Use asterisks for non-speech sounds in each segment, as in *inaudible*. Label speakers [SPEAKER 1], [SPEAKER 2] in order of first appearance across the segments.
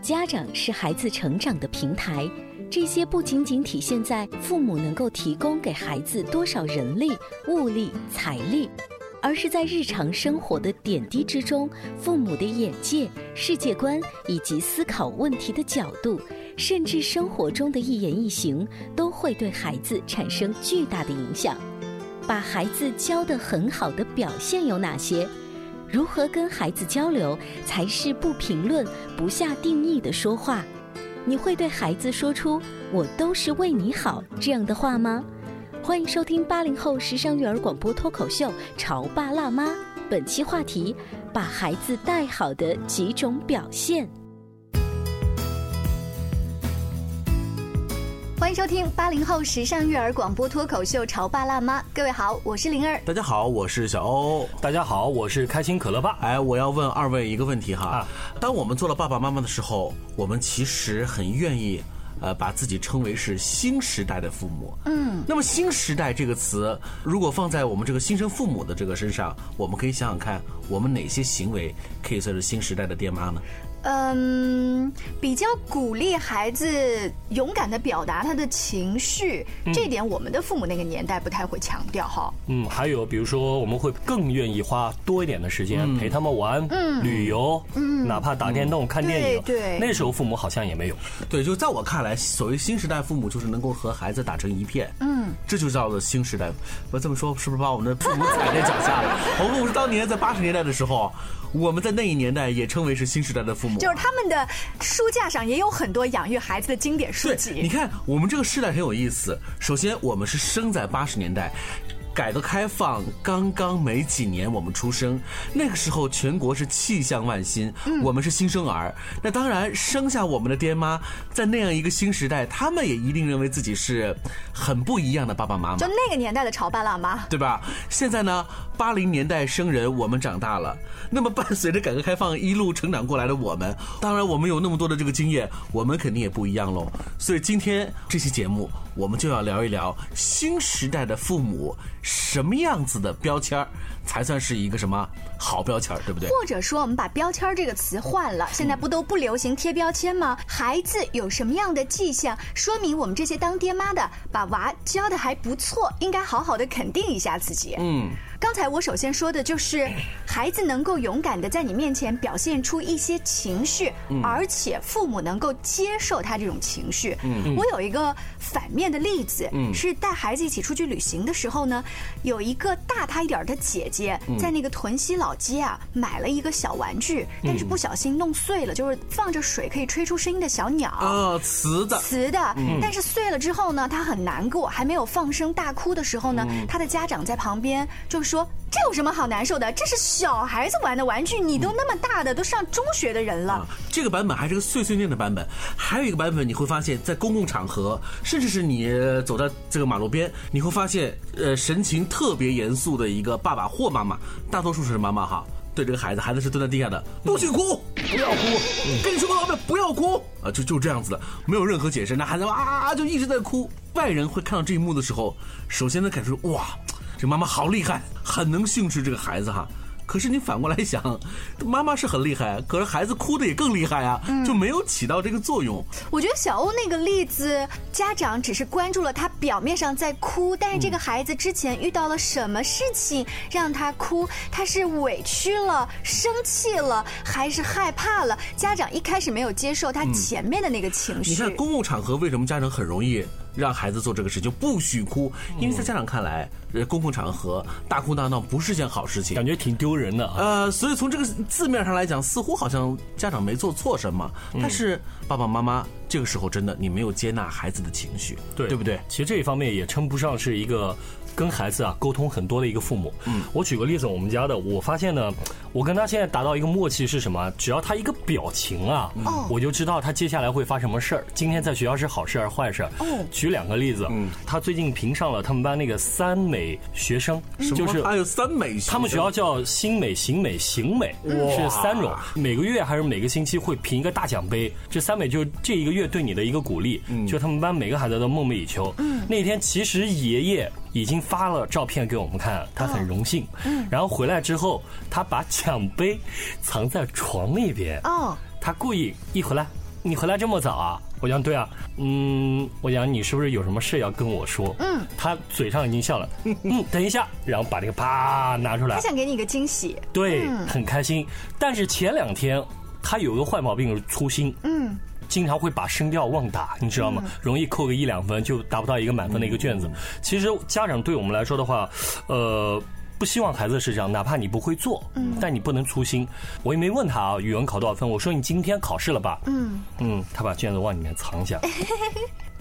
[SPEAKER 1] 家长是孩子成长的平台，这些不仅仅体现在父母能够提供给孩子多少人力、物力、财力，而是在日常生活的点滴之中，父母的眼界、世界观以及思考问题的角度，甚至生活中的一言一行，都会对孩子产生巨大的影响。把孩子教得很好的表现有哪些？如何跟孩子交流，才是不评论、不下定义的说话？你会对孩子说出“我都是为你好”这样的话吗？欢迎收听八零后时尚育儿广播脱口秀《潮爸辣妈》，本期话题：把孩子带好的几种表现。
[SPEAKER 2] 欢迎收听八零后时尚育儿广播脱口秀《潮爸辣妈》，各位好，我是灵儿。
[SPEAKER 3] 大家好，我是小欧。
[SPEAKER 4] 大家好，我是开心可乐爸。
[SPEAKER 3] 哎，我要问二位一个问题哈，
[SPEAKER 4] 啊
[SPEAKER 3] 当我们做了爸爸妈妈的时候，我们其实很愿意。呃，把自己称为是新时代的父母。嗯，那么“新时代”这个词，如果放在我们这个新生父母的这个身上，我们可以想想看，我们哪些行为可以算是新时代的爹妈呢？
[SPEAKER 2] 嗯，比较鼓励孩子勇敢的表达他的情绪，
[SPEAKER 3] 嗯
[SPEAKER 2] 这点我们的父母那个年代不太会强调哈。
[SPEAKER 4] 嗯，还有比如说，我们会更愿意花多一点的时间陪他们玩、旅游，哪怕打电动、看电影。
[SPEAKER 2] 嗯对对
[SPEAKER 4] 那时候父母好像也没有。
[SPEAKER 3] 对，就在我看来，所谓新时代父母，就是能够和孩子打成一片。嗯，这就叫做新时代。我这么说，是不是把我们的父母踩在脚下了？ *laughs* 我们我是当年在八十年代的时候，我们在那一年代也称为是新时代的父母。啊
[SPEAKER 2] 就是他们的书架上也有很多养育孩子的经典书
[SPEAKER 3] 对，你
[SPEAKER 2] 籍。
[SPEAKER 3] 看我们这个时代很有意思。首先，我们是生在八十年代。改革开放刚刚没几年，我们出生，那个时候全国是气象万新，我们是新生儿。那当然，生下我们的爹妈，在那样一个新时代，他们也一定认为自己是很不一样的爸爸妈妈
[SPEAKER 2] 就。那个年代的潮爸辣妈，
[SPEAKER 3] 对吧？现在呢，八零年代生人，我们长大了。那么伴随着改革开放一路成长过来的我们，当然我们有那么多的这个经验，我们肯定也不一样喽。所以今天这期节目，我们就要聊一聊新时代的父母什么样子的标签儿才算是一个什么好标签儿，对不对？
[SPEAKER 2] 或者说我们把“标签儿”这个词换了，现在不都不流行贴标签吗？孩子有什么样的迹象，说明我们这些当爹妈的把娃教的还不错，应该好好的肯定一下自己。
[SPEAKER 3] 嗯，
[SPEAKER 2] 刚才我首先说的就是，孩子能够勇敢的在你面前表现出一些情绪，而且父母能够接受他这种情绪。我有一个反面的例子，是带孩子一起出去旅行的时候呢，有一个大他一点儿的姐姐在那个屯溪老街啊买了一个小玩具，但是不小心弄碎了，就是放着水可以吹出声音的小鸟。
[SPEAKER 3] 啊，词的，
[SPEAKER 2] 瓷的，
[SPEAKER 3] 嗯
[SPEAKER 2] 但是碎了之后呢，他很难过，还没有放声大哭的时候呢，
[SPEAKER 3] 嗯
[SPEAKER 2] 他的家长在旁边就说：“这有什么好难受的？这是小孩子玩的玩具，你都那么大的，都上中学的人了嗯
[SPEAKER 3] 啊。这个版本还是个碎碎念的版本，还有一个版本你会发现在公共场合，甚至是你呃走在这个马路边，你会发现，呃，神情特别严肃的一个爸爸或妈妈，大多数是妈妈哈，对这个孩子，孩子是蹲在地下的，不许哭，不要哭，跟你说过老板不要哭啊，就就这样子的，没有任何解释，那孩子哇啊啊就一直在哭。外人会看到这一幕的时候，首先的感受哇，这妈妈好厉害，很能训斥这个孩子哈。可是你反过来想，妈妈是很厉害，可是孩子哭的也更厉害啊，就没有起到这个作用。
[SPEAKER 2] 我觉得小欧那个例子，家长只是关注了他表面上在哭，但是这个孩子之前遇到了什么事情让他哭？他是委屈了、生气了，还是害怕了？家长一开始没有接受他前面的那个情
[SPEAKER 3] 嗯
[SPEAKER 2] 绪。
[SPEAKER 3] 你看公共场合为什么家长很容易让孩子做这个事情，就不许哭？因为在家长看来，呃，公共场合大哭大闹不是件好事情
[SPEAKER 4] 感。觉挺丢人的啊。
[SPEAKER 3] 呃，所以从这个字面上来讲，似乎好像家长没做错什么，但
[SPEAKER 4] 嗯
[SPEAKER 3] 是爸爸妈妈这个时候真的你没有接纳孩子的情绪，
[SPEAKER 4] 对
[SPEAKER 3] 对不对？
[SPEAKER 4] 其实这一方面也称不上是一个跟孩子啊沟通很多的一个父母。嗯，我举个例子，我们家的，我发现呢，我跟他现在达到一个默契是什么啊？只要他一个表情啊，
[SPEAKER 2] 哦
[SPEAKER 4] 我就知道他接下来会发什么事儿。今天在学校是好事儿坏事儿。
[SPEAKER 2] 哦
[SPEAKER 4] 举两个例子，嗯，他最近评上了他们班那个三美学生，
[SPEAKER 2] 嗯
[SPEAKER 4] 就是
[SPEAKER 3] 还有三美学生，
[SPEAKER 4] 他们学校叫新美、行美、行美是三种，每个月还是每个星期会评一个大奖杯。这三美就是这一个月对你的一个鼓励，就他们班每个孩子都梦寐以求。那天其实爷爷已经发了照片给我们看，他很荣幸。然后回来之后，他把奖杯藏在床那边。
[SPEAKER 2] 哦，
[SPEAKER 4] 他故意一回来，你回来这么早啊？我讲对啊，嗯，我讲你是不是有什么事要跟我说？嗯，他嘴上已经笑了，嗯，等一下，然后把这个啪拿出来
[SPEAKER 2] 他，想给你一个惊喜。
[SPEAKER 4] 对，很开心。但是前两天他有个坏毛病，就是粗心，
[SPEAKER 2] 嗯，
[SPEAKER 4] 经常会把声调忘打，你知道吗？容易扣个一两分，就达不到一个满分的一个卷
[SPEAKER 2] 嗯
[SPEAKER 4] 子。其实家长对我们来说的话，呃。不希望孩子是这样，哪怕你不会做，
[SPEAKER 2] 嗯
[SPEAKER 4] 但你不能粗心。我也没问他啊，语文考多少分？我说你今天考试了吧？
[SPEAKER 2] 嗯，
[SPEAKER 4] 嗯，他把卷子往里面藏一下。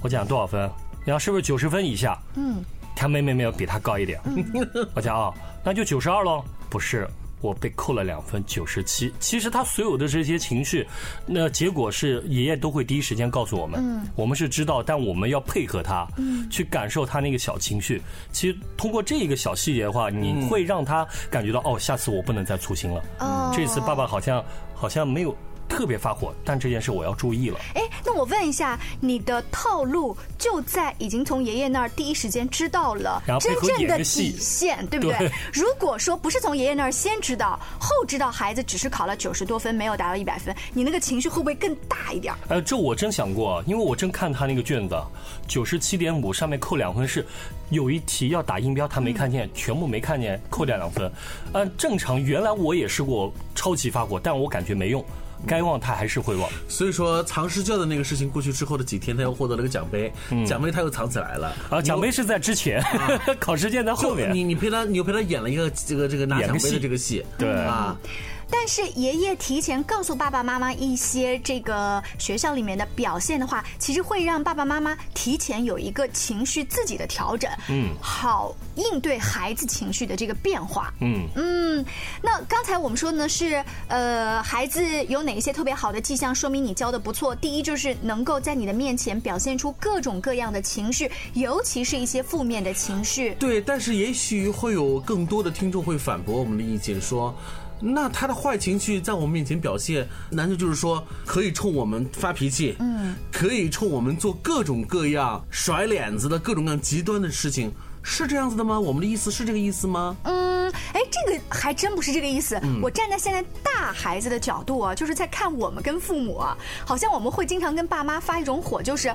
[SPEAKER 4] 我讲多少分？然后是不是九十分以下？
[SPEAKER 2] 嗯，
[SPEAKER 4] 他妹妹没有比他高一点。 *laughs* 我讲啊，那就九十二喽。不是，我被扣了两分，九十七。其实他所有的这些情绪，那结果是爷爷都会第一时间告诉我们。
[SPEAKER 2] 嗯
[SPEAKER 4] 我们是知道，但我们要配合他，去感受他那个小情绪。其实通过这一个小细节的话，你会让他感觉到哦，下次我不能再粗心了。
[SPEAKER 2] 哦
[SPEAKER 4] 这次爸爸好像好像没有特别发火，但这件事我要注意了。
[SPEAKER 2] 哎，那我问一下，你的套路就在已经从爷爷那儿第一时间知道了
[SPEAKER 4] 然后配
[SPEAKER 2] 真
[SPEAKER 4] 合
[SPEAKER 2] 正
[SPEAKER 4] 演
[SPEAKER 2] 的
[SPEAKER 4] 个戏
[SPEAKER 2] 底线，对不对？
[SPEAKER 4] 对
[SPEAKER 2] 如果说不是从爷爷那儿先知道，后知道孩子只是考了九十多分，没有达到一百分，你那个情绪会不会更大一点儿？
[SPEAKER 4] 呃，这我真想过，因为我真看他那个卷子，啊九十七点五上面扣两分是，有一题要打音标，他没看见，全部没看见，扣掉两分。嗯、正常，原来我也试过超级发火，但我感觉没用，该忘他还是会忘。
[SPEAKER 3] 所以说藏试卷的那个事情过去之后的几天，他又获得了个奖杯，奖杯他又藏起来了
[SPEAKER 4] 嗯啊，奖杯是在之前， *laughs* 考试卷在后
[SPEAKER 3] 就
[SPEAKER 4] 面。
[SPEAKER 3] 你你陪他，你又陪他演了一个这个这个拿
[SPEAKER 4] 演
[SPEAKER 3] 奖
[SPEAKER 4] 个
[SPEAKER 3] 杯的
[SPEAKER 4] 戏
[SPEAKER 3] 这个戏，
[SPEAKER 4] 对
[SPEAKER 3] 啊，
[SPEAKER 2] 但是爷爷提前告诉爸爸妈妈一些这个学校里面的表现的话，其实会让爸爸妈妈提前有一个情绪自己的调整，嗯，好应对孩子情绪的这个变化。
[SPEAKER 4] 嗯，
[SPEAKER 2] 嗯，那刚才我们说的呢是，呃，孩子有哪一些特别好的迹象，说明你教的不错？第一就是能够在你的面前表现出各种各样的情绪，尤其是一些负面的情绪。
[SPEAKER 3] 对，但是也许会有更多的听众会反驳我们的意见，说。那他的坏情绪在我们面前表现，难道就是说可以冲我们发脾气，嗯，可以冲我们做各种各样甩脸子的各种各样极端的事情，是这样子的吗？我们的意思是这个意思吗？
[SPEAKER 2] 嗯，哎，这个还真不是这个意思。我站在现在大孩子的角度啊，就是在看我们跟父母啊，好像我们会经常跟爸妈发一种火，就是。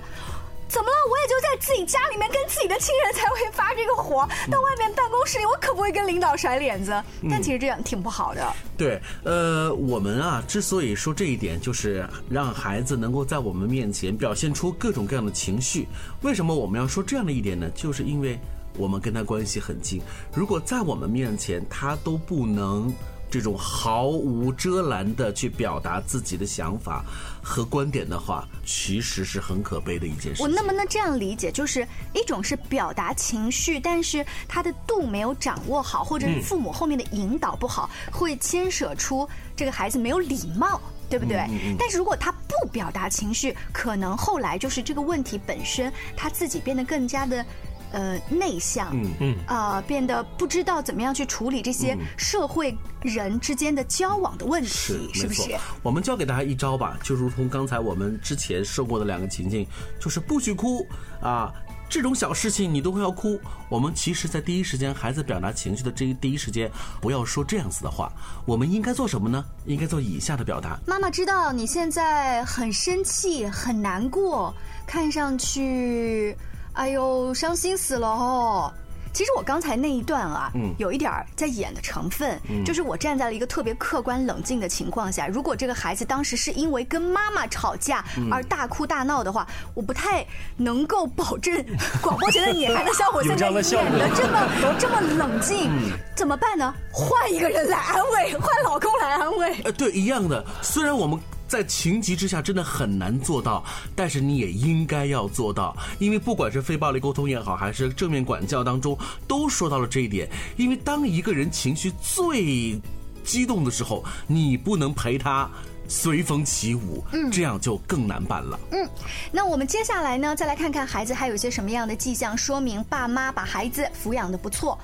[SPEAKER 2] 怎么了？我也就在自己家里面跟自己的亲人才会发这个火，到外面办公室里，我可不会跟领导甩脸子。但其实这样挺不好的。
[SPEAKER 3] 对，呃，我们啊，之所以说这一点，就是让孩子能够在我们面前表现出各种各样的情绪。为什么我们要说这样的一点呢？就是因为我们跟他关系很近，如果在我们面前他都不能。这种毫无遮拦的去表达自己的想法和观点的话，其实是很可悲的一件事情。
[SPEAKER 2] 我能不能这样理解？就是一种是表达情绪，但是他的度没有掌握好，或
[SPEAKER 3] 嗯
[SPEAKER 2] 者是父母后面的引导不好，会牵扯出这个孩子没有礼貌。对不对？
[SPEAKER 3] 嗯
[SPEAKER 2] 但是如果他不表达情绪，可能后来就是这个问题本身，他自己变得更加的，呃，内向，嗯
[SPEAKER 4] 嗯，
[SPEAKER 2] 呃，变得不知道怎么样去处理这些社会人之间的交往的问题，
[SPEAKER 3] 嗯是，
[SPEAKER 2] 是
[SPEAKER 3] 没
[SPEAKER 2] 不
[SPEAKER 3] 错
[SPEAKER 2] 是？。
[SPEAKER 3] 我们教给大家一招吧，就如同刚才我们之前说过的两个情境，就是不许哭啊。这种小事情你都会要哭。我们其实，在第一时间孩子表达情绪的这一第一时间，不要说这样子的话。我们应该做什么呢？应该做以下的表达。
[SPEAKER 2] 妈妈知道你现在很生气，很难过，看上去，哎呦，伤心死了哦。其实我刚才那一段啊，
[SPEAKER 4] 嗯
[SPEAKER 2] 有一点儿在演的成分，就是我站在了一个特别客观冷静的情况下，如果这个孩子当时是因为跟妈妈吵架而大哭大闹的话，我不太能够保证广播前的你还能像我现在
[SPEAKER 4] 有
[SPEAKER 2] 演
[SPEAKER 4] 这样的效果嗯
[SPEAKER 2] 的这么这么冷静，怎么办呢？换一个人来安慰，换老公来安慰。
[SPEAKER 3] 呃，对，一样的。虽然我们在情急之下真的很难做到，但是你也应该要做到，因为不管是非暴力沟通也好，还是正面管教当中，都说到了这一点。因为当一个人情绪最激动的时候，你不能陪他随风起舞，这样就更难办了。
[SPEAKER 2] 那我们接下来呢，再来看看孩子还有一些什么样的迹象，说明爸妈把孩子抚养的不错。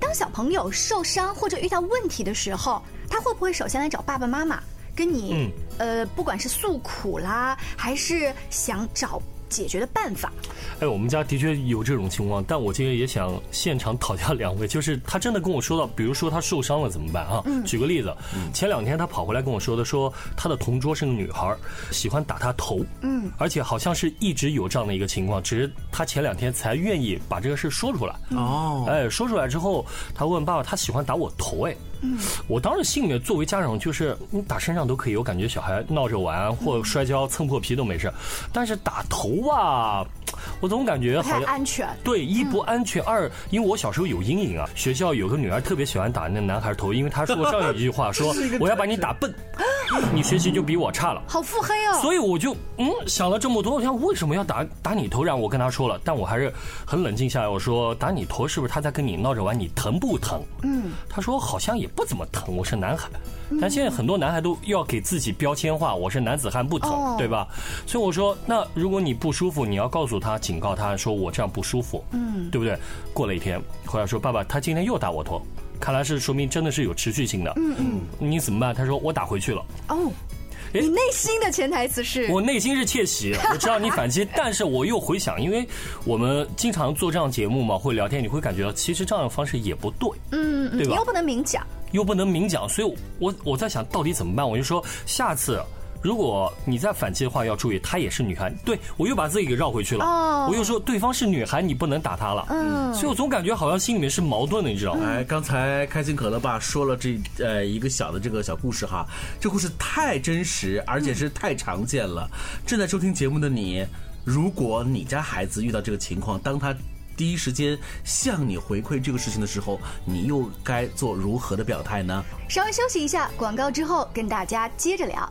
[SPEAKER 2] 当小朋友受伤或者遇到问题的时候，他会不会首先来找爸爸妈妈，跟
[SPEAKER 4] 嗯
[SPEAKER 2] 你、呃，不管是诉苦啦，还是想找解决的办法？
[SPEAKER 4] 哎，我们家的确有这种情况，但我今天也想现场讨教两位，就是他真的跟我说到，比如说他受伤了怎么办啊？举个例子，前两天他跑回来跟我说的，说他的同桌是个女孩儿，喜欢打他头，嗯，而且好像是一直有这样的一个情况，只是他前两天才愿意把这个事说出来。
[SPEAKER 3] 哦，
[SPEAKER 4] 哎，说出来之后，他问爸爸，他喜欢打我头，哎，我当时心里面作为家长，就是你打身上都可以，我感觉小孩闹着玩或摔跤蹭破皮都没事，但是打头吧，我总感觉
[SPEAKER 2] 不太
[SPEAKER 4] 好像。
[SPEAKER 2] 安全。
[SPEAKER 4] 对，一不安全，二因为我小时候有阴影啊。学校有个女孩特别喜欢打那男孩头，因为她说过这样一句话，说我要把你打笨，你学习就比我差了。
[SPEAKER 2] 好腹黑哦！
[SPEAKER 4] 所以我就嗯想了这么多，我想为什么要打打你头？然后我跟他说了，但我还是很冷静下来，我说打你头是不是他在跟你闹着玩？你疼不疼？嗯，他说好像也不怎么疼，我是男孩。但现在很多男孩都要给自己标签化，我是男子汉不疼，
[SPEAKER 2] 哦
[SPEAKER 4] 对吧？所以我说，那如果你不舒服，你要告诉他，警告他说我这样不舒服，嗯，对不对？过了一天，回来说爸爸，他今天又打我头，看来是说明真的是有持续性的，嗯嗯，你怎么办？他说我打回去了。
[SPEAKER 2] 哦，
[SPEAKER 4] 哎
[SPEAKER 2] 你内心的潜台词是
[SPEAKER 4] 我内心是
[SPEAKER 2] *laughs*
[SPEAKER 4] 窃喜，我知道你反击，但是我又回想，因为我们经常做这样节目嘛，会聊天，你会感觉到其实这样的方式也不对，
[SPEAKER 2] 嗯，嗯
[SPEAKER 4] 对吧
[SPEAKER 2] 你又不能明讲，
[SPEAKER 4] 又不能明讲，所以我我在想到底怎么办？我就说下次。如果你再反击的话，要注意，她也是女孩。对我又把自己给绕回去了。
[SPEAKER 2] 哦
[SPEAKER 4] 我又说对方是女孩，你不能打她了。
[SPEAKER 2] 嗯
[SPEAKER 4] 所以我总感觉好像心里面是矛盾的，你知道吗？
[SPEAKER 3] 哎，刚才开心可乐爸说了这呃一个小的这个小故事哈，这故事太真实，而且是太常见了。正在收听节目的你，如果你家孩子遇到这个情况，当他第一时间向你回馈这个事情的时候，你又该做如何的表态呢？
[SPEAKER 2] 稍微休息一下，广告之后跟大家接着聊。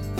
[SPEAKER 1] “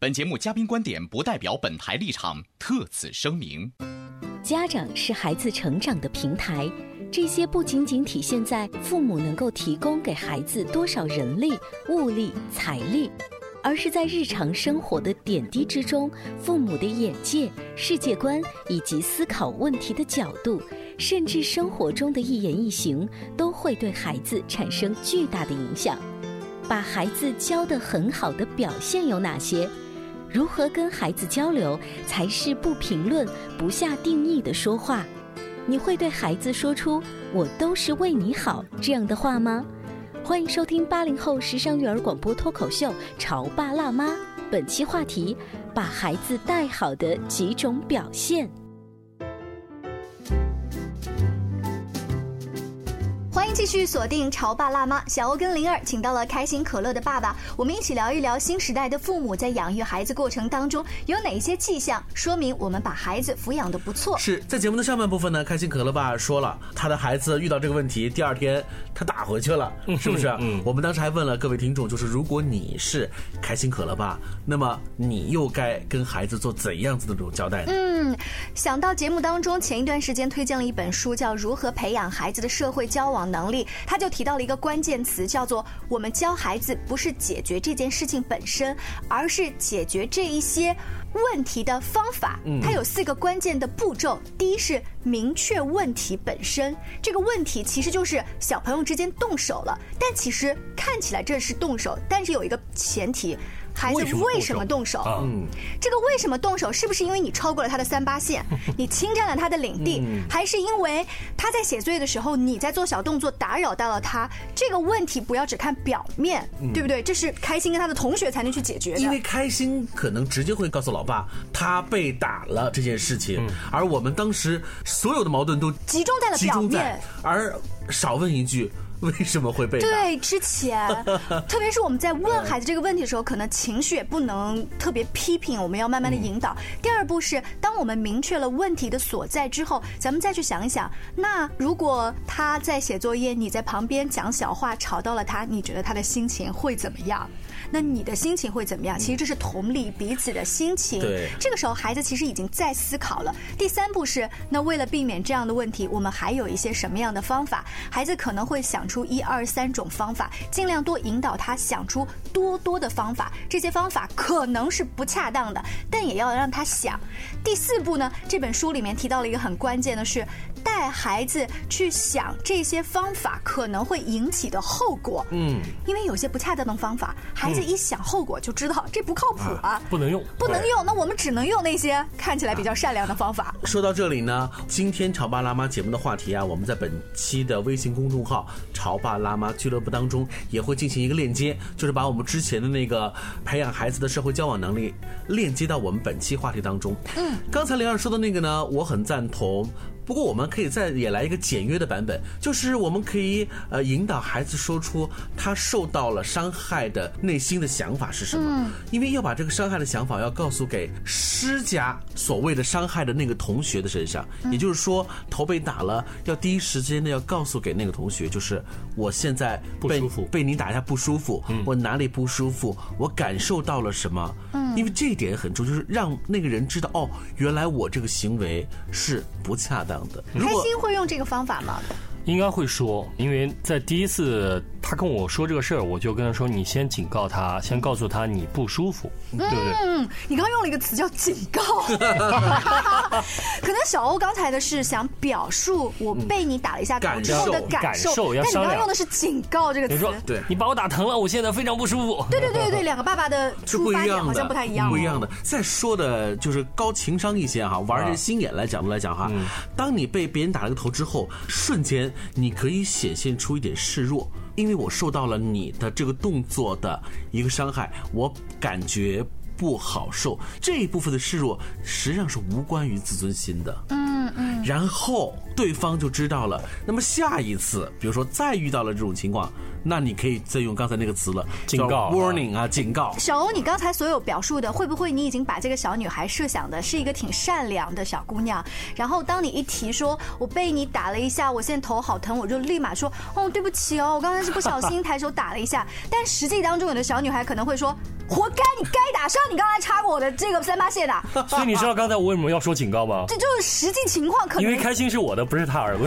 [SPEAKER 5] 本节目嘉宾观点不代表本台立场，特此声明。
[SPEAKER 1] 家长是孩子成长的平台，这些不仅仅体现在父母能够提供给孩子多少人力、物力、财力，而是在日常生活的点滴之中，父母的眼界、世界观以及思考问题的角度，甚至生活中的一言一行，都会对孩子产生巨大的影响。把孩子教得很好的表现有哪些？如何跟孩子交流才是不评论、不下定义的说话？你会对孩子说出“我都是为你好”这样的话吗？欢迎收听八零后时尚育儿广播脱口秀《潮爸辣妈》，本期话题：把孩子带好的几种表现。
[SPEAKER 2] 欢迎继续锁定《潮爸辣妈》，小欧跟灵儿请到了开心可乐的爸爸，我们一起聊一聊新时代的父母在养育孩子过程当中有哪一些迹象，说明我们把孩子抚养的不 *laughs* 错。
[SPEAKER 3] 是在节目的上半部分呢，开心可乐爸说了，他的孩子遇到这个问题，第二天他打回去了，是不是？
[SPEAKER 2] 嗯
[SPEAKER 3] 我们当时还问了各位听众，就是如果你是开心可乐爸，那么你又该跟孩子做怎样子的这种交
[SPEAKER 2] 嗯
[SPEAKER 3] 代呢？
[SPEAKER 2] 想到节目当中前一段时间推荐了一本书，叫《如何培养孩子的社会交往能力》，他就提到了一个关键词，叫做“我们教孩子不是解决这件事情本身，而是解决这一些问题的方法”。它有四个关键的步骤，第一是明确问题本身，这个问题其实就是小朋友之间动手了，但其实看起来这是动手，但是有一个前提。孩子
[SPEAKER 4] 为什么动手
[SPEAKER 2] 为什么动手？
[SPEAKER 4] 啊
[SPEAKER 2] 这个为什么动手？是不是因为你超过了他的三八
[SPEAKER 3] *laughs*
[SPEAKER 2] 线，你侵占了他的领地，
[SPEAKER 3] 嗯
[SPEAKER 2] 还是因为他在写作业的时候你在做小动作打扰到了他？这个问题不要只看表面，对不对？这是开心跟他的同学才能去解决的。
[SPEAKER 3] 嗯因为开心可能直接会告诉老爸他被打了这件事情，而我们当时所有的矛盾都
[SPEAKER 2] 集嗯中在了
[SPEAKER 3] 集
[SPEAKER 2] 表
[SPEAKER 3] 中
[SPEAKER 2] 面
[SPEAKER 3] 在，，而少问一句为什么会被打。
[SPEAKER 2] 对，之前，特别是我们在问孩子这个问题的时候，可能情绪也不能特别批评，我们要慢慢的引导。第二步是，当我们明确了问题的所在之后，咱们再去想一想，那如果他在写作业，你在旁边讲小话吵到了他，你觉得他的心情会怎么样？那你的心情会怎么样？其实这是同理彼此的心情。
[SPEAKER 3] 对
[SPEAKER 2] 这个时候孩子其实已经在思考了。第三步是，那为了避免这样的问题，我们还有一些什么样的方法？孩子可能会想出一二三种方法，尽量多引导他想出多多的方法。这些方法可能是不恰当的，但也要让他想。第四步呢，这本书里面提到了一个很关键的是。带孩子去想这些方法可能会引起的后果，嗯，因为有些不恰当的方法，孩子一想后果就知道、这不靠谱啊
[SPEAKER 4] 不能用，
[SPEAKER 2] 不能
[SPEAKER 4] 对。
[SPEAKER 2] 用，那我们只能用那些看起来比较善良的方法。
[SPEAKER 3] 说到这里呢，今天潮爸辣妈节目的话题啊，我们在本期的微信公众号“潮爸辣妈俱乐部”当中也会进行一个链接，就是把我们之前的那个培养孩子的社会交往能力链接到我们本期话题当中。嗯，刚才灵儿说的那个呢，我很赞同。不过我们可以再也来一个简约的版本，就是我们可以呃引导孩子说出他受到了伤害的内心的想法是什么，因为要把这个伤害的想法要告诉给施加所谓的伤害的那个同学的身上，也就是说头被打了，要第一时间的要告诉给那个同学，就是我现在
[SPEAKER 4] 不
[SPEAKER 3] 被
[SPEAKER 4] 舒服
[SPEAKER 3] 被你打一下不舒服，我哪里不舒服，我感受到了什么。嗯，因为这一点很重要，就是让那个人知道，哦，原来我这个行为是不恰当的。如
[SPEAKER 2] 开
[SPEAKER 3] 果
[SPEAKER 2] 心会用这个方法吗？
[SPEAKER 4] 应该会说，因为在第一次他跟我说这个事儿，我就跟他说：“你先警告他，先告诉他你不舒服，对不对？”
[SPEAKER 2] 嗯，你刚刚用了一个词叫警告，可能小欧刚才的是想表述我被你打了一下
[SPEAKER 3] 感
[SPEAKER 2] 之后的感
[SPEAKER 4] 感受要
[SPEAKER 2] 但你刚
[SPEAKER 4] 商量
[SPEAKER 2] 刚用的是警告这个
[SPEAKER 4] 你
[SPEAKER 2] 词
[SPEAKER 4] 说。
[SPEAKER 3] 对
[SPEAKER 4] 你把我打疼了，我现在非常不舒服。
[SPEAKER 2] 对对对对对，两个爸爸的
[SPEAKER 3] 是
[SPEAKER 2] 出
[SPEAKER 3] 不一
[SPEAKER 2] 发
[SPEAKER 3] 样
[SPEAKER 2] 点
[SPEAKER 3] 的，
[SPEAKER 2] 好像不太一样。哦
[SPEAKER 3] 不一样的。再说的就是高情商一些哈，玩这心眼来角度来讲哈，
[SPEAKER 4] 嗯
[SPEAKER 3] 当你被别人打了个头之后，瞬间你可以显现出一点示弱，因为我受到了你的这个动作的一个伤害，我感觉。不好受这一部分的示弱，实际上是无关于自尊心的。
[SPEAKER 2] 嗯
[SPEAKER 3] 然后对方就知道了。那么下一次，比如说再遇到了这种情况，那你可以再用刚才那个词了，
[SPEAKER 4] 警
[SPEAKER 3] 叫
[SPEAKER 4] 告啊
[SPEAKER 3] warning 啊，警告。
[SPEAKER 2] 小欧，你刚才所有表述的，会不会你已经把这个小女孩设想的是一个挺善良的小姑娘？然后当你一提说“我被你打了一下，我现在头好疼”，我就立马说“哦，对不起哦，我刚才是不小心抬手打了一下”。但实际当中，有的小女孩可能会说“活该，你该打，谁让你刚才插过我的这个三八线的
[SPEAKER 4] 所以你知道刚才我为什么要说警告吗”？
[SPEAKER 2] 这就是实际情况，可
[SPEAKER 4] 因
[SPEAKER 2] 能
[SPEAKER 4] 为开心是我的，不是他儿
[SPEAKER 2] *laughs*
[SPEAKER 4] 子。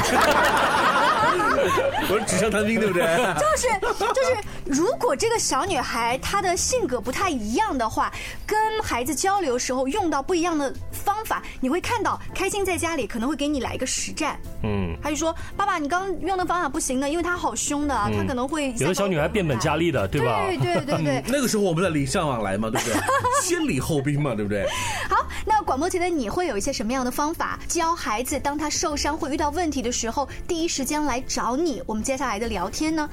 [SPEAKER 3] 我是纸上谈兵，对不对？
[SPEAKER 2] 就是就是，如果这个小女孩她的性格不太一样的话，跟孩子交流时候用到不一样的方法，你会看到开心在家里可能会给你来一个实战，
[SPEAKER 4] 嗯，
[SPEAKER 2] 他就说：“爸爸，你刚刚用的方法不行的，啊因为她好凶的，她可能会
[SPEAKER 4] 嗯
[SPEAKER 2] 哎
[SPEAKER 4] 有的小女孩变本加厉的，对
[SPEAKER 2] 对
[SPEAKER 4] 吧？嗯
[SPEAKER 2] 对对对对。
[SPEAKER 3] 嗯那个时候我们在礼尚往来嘛，对
[SPEAKER 2] *laughs*
[SPEAKER 3] 不对？先礼后兵嘛，对不对？
[SPEAKER 2] 好，那广播前的你会有一些什么样的方法教孩子，当他受伤或遇到问题的时候，第一时间来找你？我们接下来的聊天呢？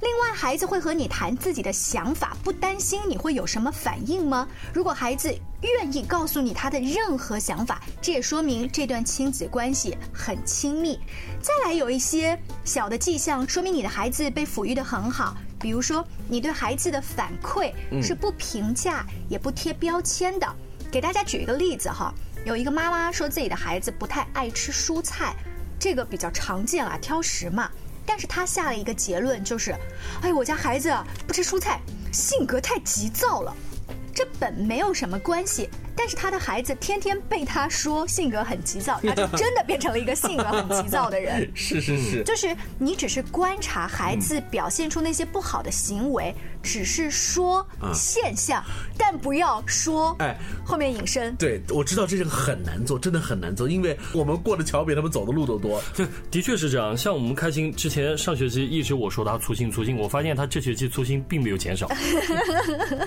[SPEAKER 2] 另外，孩子会和你谈自己的想法，不担心你会有什么反应吗？如果孩子愿意告诉你他的任何想法，这也说明这段亲子关系很亲密。再来，有一些小的迹象，说明你的孩子被抚育的很好。比如说，你对孩子的反馈是不评价、也不贴标签的。给大家举一个例子哈，有一个妈妈说自己的孩子不太爱吃蔬菜，这个比较常见啊，挑食嘛。但是她下了一个结论，就是，哎，我家孩子啊不吃蔬菜，性格太急躁了。这本没有什么关系，但是他的孩子天天被他说性格很急躁，他就真的变成了一个性格很急躁的人。
[SPEAKER 3] 是是是，
[SPEAKER 2] 就是你只是观察孩子表现出那些不好的行为，只是说现象，但不要说
[SPEAKER 3] 哎
[SPEAKER 2] 后面引申。
[SPEAKER 3] 对，我知道这个很难做，真的很难做，因为我们过的桥比他们走的路都多。
[SPEAKER 4] 对，的确是这样。像我们开心之前上学期一直我说他粗心粗心，我发现他这学期粗心并没有
[SPEAKER 2] *laughs*
[SPEAKER 4] 减少。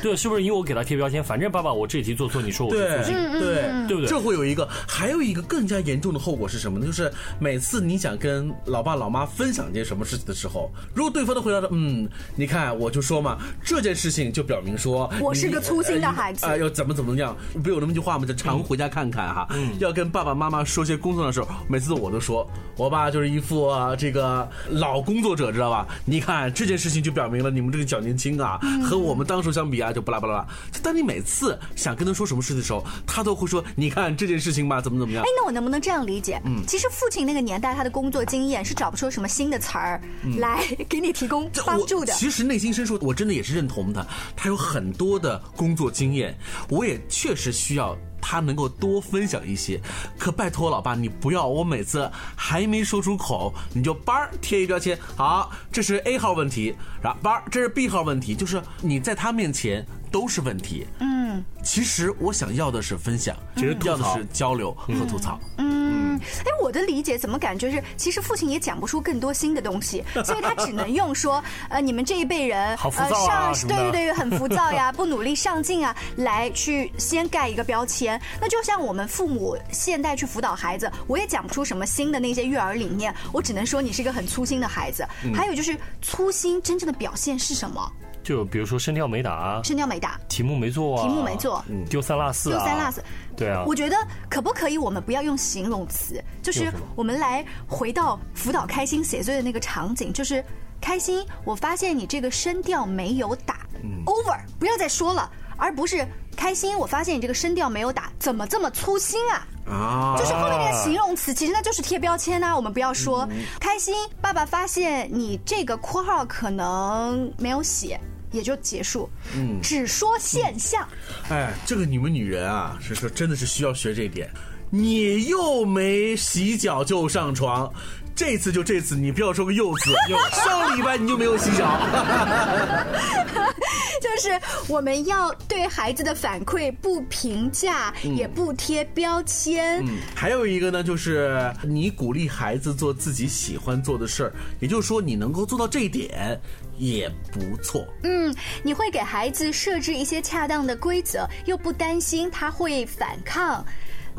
[SPEAKER 4] 对，是不是因为我给他贴标签？反正爸爸我这题做错，你说我是粗
[SPEAKER 3] 对
[SPEAKER 4] 心。
[SPEAKER 2] 嗯
[SPEAKER 3] 对
[SPEAKER 4] 对不对
[SPEAKER 3] 这会有一个，还有一个更加严重的后果是什么呢？就是每次你想跟老爸老妈分享一件什么事情的时候，如果对方的回答是嗯，你看我就说嘛，这件事情就表明说
[SPEAKER 2] 我
[SPEAKER 3] 你
[SPEAKER 2] 是个粗心的孩子
[SPEAKER 3] 呃呃要怎么怎么样，不有那么一句话吗？就常回家看看哈。要跟爸爸妈妈说些工作的时候，每次我都说，我爸就是一副、啊、这个老工作者，知道吧？你看这件事情就表明了你们这个小年轻啊，和我们当时相比啊，就巴拉巴拉巴拉。就当你每次想跟他说什么事的时候，他都会说，你看这件事情吧，怎么怎么样
[SPEAKER 2] 哎。，那我能不能这样理解？
[SPEAKER 4] 嗯
[SPEAKER 2] 其实父亲那个年代，他的工作经验是找不出什么新的词儿
[SPEAKER 4] 嗯
[SPEAKER 2] 来给你提供
[SPEAKER 3] 这
[SPEAKER 2] 帮
[SPEAKER 3] 我
[SPEAKER 2] 助的。
[SPEAKER 3] 其实内心深处，我真的也是认同的。他有很多的工作经验，我也确实需要他能够多分享一些。可拜托老爸，你不要我每次还没说出口，你就班儿贴一标签，好，这是 A 号问题，然后班儿这是 B 号问题，就是你在他面前都是问题。嗯，其实我想要的是分享，
[SPEAKER 4] 只是吐槽
[SPEAKER 3] 要的是交流和吐槽。
[SPEAKER 2] 嗯，哎，我的理解怎么感觉是，其实父亲也讲不出更多新的东
[SPEAKER 4] *laughs*
[SPEAKER 2] 西，所以他只能用说，呃，你们这一辈人，
[SPEAKER 4] 好浮躁啊
[SPEAKER 2] 呃，
[SPEAKER 4] 什
[SPEAKER 2] 上
[SPEAKER 4] 么
[SPEAKER 2] 对
[SPEAKER 4] 的
[SPEAKER 2] 对对，很浮躁呀， *laughs* 不努力上进啊，来去先盖一个标签。那就像我们父母现在去辅导孩子，我也讲不出什么新的那些育儿理念，我只能说你是一个很粗心的孩子。
[SPEAKER 4] 嗯
[SPEAKER 2] 还有就是粗心真正的表现是什么？
[SPEAKER 4] 就比如说声调没打啊，
[SPEAKER 2] 声调没打，
[SPEAKER 4] 题目没做
[SPEAKER 2] 题
[SPEAKER 4] 啊，
[SPEAKER 2] 目没做
[SPEAKER 4] 嗯丢三落四、啊，
[SPEAKER 2] 丢三落四。
[SPEAKER 4] 对啊
[SPEAKER 2] 我觉得可不可以我们不要用形容词，就是我们来回到辅导开心写作业的那个场景，就是开心，我发现你这个声调没有打、over，不
[SPEAKER 4] 嗯
[SPEAKER 2] 要再说了，而不是开心，我发现你这个声调没有打，怎么这么粗心啊？
[SPEAKER 3] 啊
[SPEAKER 2] 就是后面那个形容词，其实那就是贴标签啊呐、我们不要说、
[SPEAKER 4] 嗯
[SPEAKER 2] 开心。爸爸发现你这个括号可能没有写，也就结束。嗯，只说现象。
[SPEAKER 3] 哎，这个你们女人啊，是说真的是需要学这一点。你又没洗脚就上床，这次就这次，你不要说个又字。上礼拜你就没有洗脚，
[SPEAKER 2] 就是我们要对孩子的反馈不评价，也不贴标签。
[SPEAKER 3] 还有一个呢，就是你鼓励孩子做自己喜欢做的事儿，也就是说你能够做到这一点也不错。
[SPEAKER 2] 嗯，你会给孩子设置一些恰当的规则，又不担心他会反抗。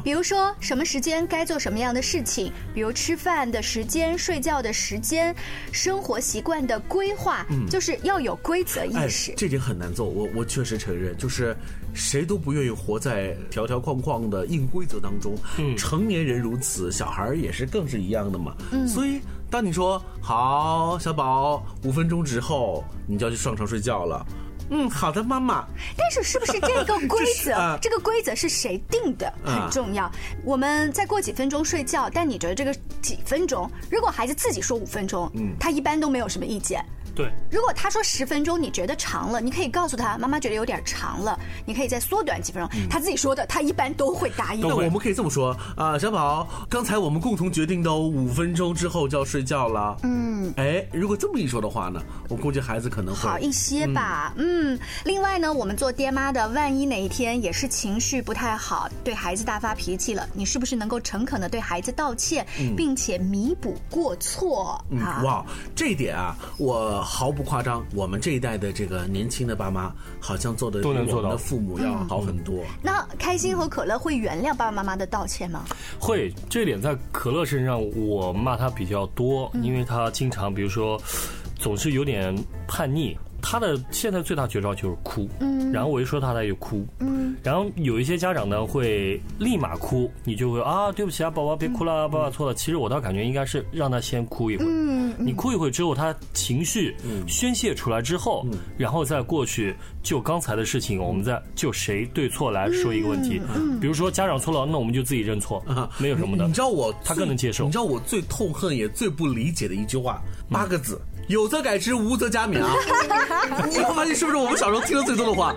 [SPEAKER 2] 比如说，什么时间该做什么样的事情，比如吃饭的时间、睡觉的时间、生活习惯的规划，就是要有规则意识。
[SPEAKER 3] 哎这点很难做，我我确实承认，就是谁都不愿意活在条条框框的硬规则当中。成年人如此，小孩儿也是更是一样的嘛。所以当你说好，小宝，五分钟之后你就要去上床睡觉了。嗯，好的，妈妈。
[SPEAKER 2] 但是是不是这
[SPEAKER 3] *laughs*
[SPEAKER 2] 个规
[SPEAKER 3] 这是
[SPEAKER 2] 则，
[SPEAKER 3] 啊
[SPEAKER 2] 这个规则是谁定的
[SPEAKER 3] 啊
[SPEAKER 2] 很重要。我们再过几分钟睡觉，但你觉得这个几分钟，如果孩子自己说五分钟，
[SPEAKER 3] 嗯
[SPEAKER 2] 他一般都没有什么意见。
[SPEAKER 4] 对，
[SPEAKER 2] 如果他说十分钟，你觉得长了，你可以告诉他，妈妈觉得有点长了，你可以再缩短几分钟。
[SPEAKER 3] 嗯
[SPEAKER 2] 他自己说的，他一般都会答应。
[SPEAKER 3] 那我们可以这么说啊、小宝，刚才我们共同决定的哦五分钟之后就要睡觉了。嗯，哎，如果这么一说的话呢，我估计孩子可能会
[SPEAKER 2] 好一些吧，嗯另外呢，我们做爹妈的，万一哪一天也是情绪不太好，对孩子大发脾气了，你是不是能够诚恳的对孩子道歉，并且弥补过错、
[SPEAKER 3] 嗯
[SPEAKER 2] 啊？，
[SPEAKER 3] 哇，这一点啊，我毫不夸张，我们这一代的这个年轻的爸妈，好像做的
[SPEAKER 4] 都能做
[SPEAKER 3] 我们
[SPEAKER 4] 到
[SPEAKER 3] 的父母要好很多。
[SPEAKER 2] 那开心和可乐会原谅爸爸妈妈的道歉吗？
[SPEAKER 4] 会
[SPEAKER 2] 嗯
[SPEAKER 4] 这点在可乐身上我骂他比较多，因为他经常比如说。总是有点叛逆。他的现在最大绝招就是哭，
[SPEAKER 2] 嗯
[SPEAKER 4] 然后我一说他，他就哭，
[SPEAKER 2] 嗯，
[SPEAKER 4] 然后有一些家长呢会立马哭，你就会啊，对不起啊，宝宝别哭了，爸爸错了。其实我倒感觉应该是让他先哭一会儿，
[SPEAKER 2] 嗯
[SPEAKER 4] 你哭一会儿之后，他情绪
[SPEAKER 3] 嗯
[SPEAKER 4] 宣泄出来之后，然后再过去就刚才的事情，我们再就谁对错
[SPEAKER 3] 嗯
[SPEAKER 4] 来说一个问题。比如说家长错了，那我们就自己认错，没有什么的
[SPEAKER 3] 啊你。知道我
[SPEAKER 4] 他
[SPEAKER 3] 最
[SPEAKER 4] 更能接受嗯
[SPEAKER 3] 你知道我最痛恨也最不理解的一句话，八个字：有则改之，无则加
[SPEAKER 2] *laughs*
[SPEAKER 3] 勉啊！你有没有发现是不是我们小时候听的最多的话？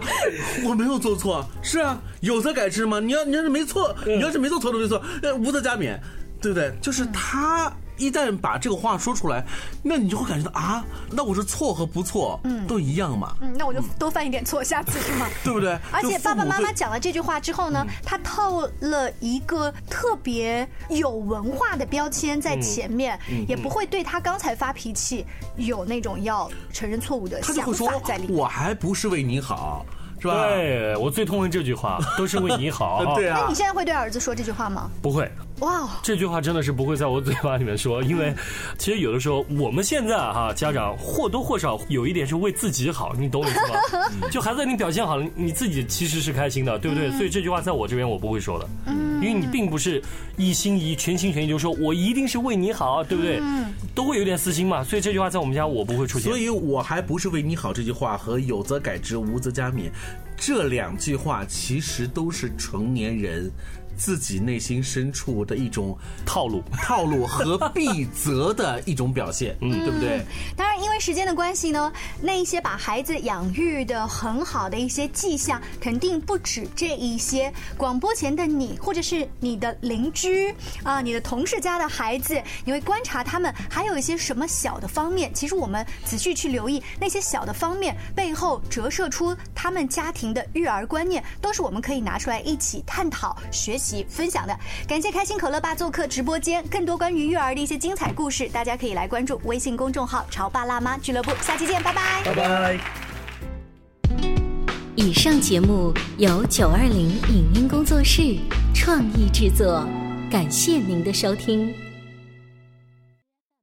[SPEAKER 3] 我没有做错啊，是啊，有则改之嘛。你要你要是没错，
[SPEAKER 4] 嗯
[SPEAKER 3] 你要是没做错的没错，呃，无则加勉，对不对？就是他。一旦把这个话说出来，那你就会感觉到啊，那我是错和不错，都一样嘛，
[SPEAKER 2] 嗯，那我就多犯一点错，下次是吗？
[SPEAKER 3] 对不对？
[SPEAKER 2] 而且
[SPEAKER 3] 就父
[SPEAKER 2] 爸爸
[SPEAKER 3] 母
[SPEAKER 2] 妈
[SPEAKER 3] 对嗯
[SPEAKER 2] 妈讲了这句话之后呢，他套了一个特别有文化的标签在
[SPEAKER 3] 嗯
[SPEAKER 2] 前面，也不会对他刚才发脾气有那种要承认错误的
[SPEAKER 3] 他就
[SPEAKER 2] 想
[SPEAKER 3] 会说
[SPEAKER 2] 法在里，面。
[SPEAKER 3] 我还不是为你好，是吧？
[SPEAKER 4] 对，我最痛恨这句话，都是为你好。
[SPEAKER 3] 呃 *laughs* 对
[SPEAKER 2] 那
[SPEAKER 3] 啊
[SPEAKER 2] 你，现在会对儿子说这句话吗？
[SPEAKER 4] 不会，
[SPEAKER 2] 哇哦，
[SPEAKER 4] 这句话真的是不会在我嘴巴里面说，因为其实有的时候我们现在哈、家长或多或少有一点是为自己好，你懂我意思吗？就孩子你表现好了，你自己其实是开心的，对不对？所以这句话在我这边我不会说的，因为你并不是一心一意、全心全意就说我一定是为你好，对不对？都会有点私心嘛，所以这句话在我们家我不会出现。
[SPEAKER 3] 所以我还不是为你好这句话和有则改之，无则加勉这两句话其实都是成年人。自己内心深处的一种套路，套路和必责的一种表现，嗯，对不对？
[SPEAKER 2] 当然，因为时间的关系呢，那一些把孩子养育的很好的一些迹象，肯定不止这一些。广播前的你，或者是你的邻居啊、你的同事家的孩子，你会观察他们还有一些什么小的方面。其实我们仔细去留意那些小的方面背后折射出他们家庭的育儿观念，都是我们可以拿出来一起探讨、学习、分享的。感谢开心可乐爸做客直播间，更多关于育儿的一些精彩故事，大家可以来关注微信公众号“潮爸辣妈俱乐部”。下期见，拜拜。
[SPEAKER 1] 以上节目由九二零影音工作室创意制作，感谢您的收听。